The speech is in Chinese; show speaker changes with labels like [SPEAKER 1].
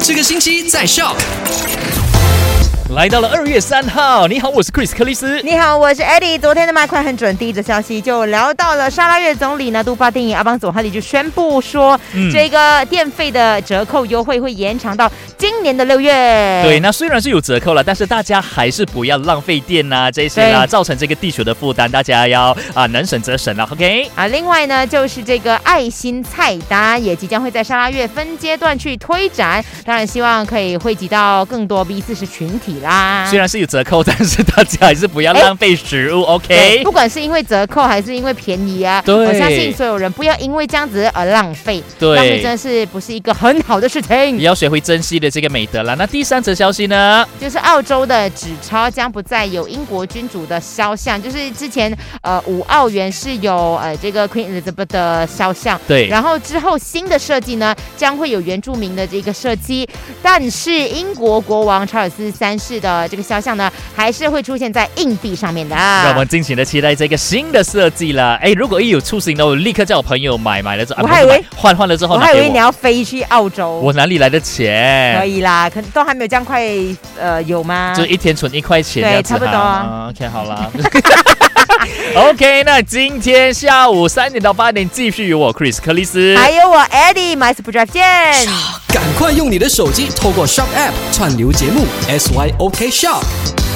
[SPEAKER 1] 这个星期在 Shock。
[SPEAKER 2] 来到了二月三号，你好，我是 Chris 克里斯。
[SPEAKER 3] 你好，我是 Eddie。昨天的麦快很准，第一则消息就聊到了沙拉越总理呢，杜巴电影阿邦佐哈里就宣布说，
[SPEAKER 2] 嗯
[SPEAKER 3] 这个电费的折扣优惠会延长到今年的六月。
[SPEAKER 2] 对，，那虽然是有折扣了，但是大家还是不要浪费电呐、这些啦、
[SPEAKER 3] 对
[SPEAKER 2] 造成这个地球的负担，大家要啊、能省则省了，OK？
[SPEAKER 3] 啊，另外呢，就是这个爱心菜单也即将会在沙拉越分阶段去推展，当然希望可以汇集到更多 B 四十群体啦。
[SPEAKER 2] 虽然是有哎折扣，但是大家还是不要
[SPEAKER 3] 哎
[SPEAKER 2] 浪费食物
[SPEAKER 3] 对
[SPEAKER 2] ，OK？
[SPEAKER 3] 哎不管是因为折扣还是因为便宜啊，
[SPEAKER 2] 对
[SPEAKER 3] 我相信所有人不要因为这样子而浪费，浪费真
[SPEAKER 2] 对，
[SPEAKER 3] 的是不是一个很好的事情
[SPEAKER 2] 也。要学会珍惜的这个美德啦。那第三则消息呢？
[SPEAKER 3] 就是澳洲的纸钞将不再有英国君主的肖像，就是之前呃五澳元是有呃这个 Queen Elizabeth 的肖像，
[SPEAKER 2] 对，
[SPEAKER 3] 然后之后新的设计呢将会有原住民的这个设计，但是英国国王查尔斯三世的这个肖像呢还是会出现在硬币上面的。
[SPEAKER 2] 让我们尽情的期待这个新的设计啦。哎，如果一有出行的，我立刻叫我朋友买，买了之后，啊
[SPEAKER 3] 我
[SPEAKER 2] 不是
[SPEAKER 3] 还以为
[SPEAKER 2] 买换换了之后
[SPEAKER 3] 我
[SPEAKER 2] 拿
[SPEAKER 3] 还以
[SPEAKER 2] 给
[SPEAKER 3] 为你
[SPEAKER 2] 我，
[SPEAKER 3] 要飞去澳洲，
[SPEAKER 2] 我哪里来的钱
[SPEAKER 3] 可？以啦，可都还没有这样快，呃，有吗？
[SPEAKER 2] 就一天存一块钱这
[SPEAKER 3] 对
[SPEAKER 2] 样子
[SPEAKER 3] 差不多
[SPEAKER 2] 哈 OK，好啦。OK，那今天下午三点到八点，继续有我 Chris 克里斯。
[SPEAKER 3] 还有我 Eddie，买 Super Drive 见。
[SPEAKER 1] 赶快用你的手机透过 Shock App 串流节目 SYOK Shock。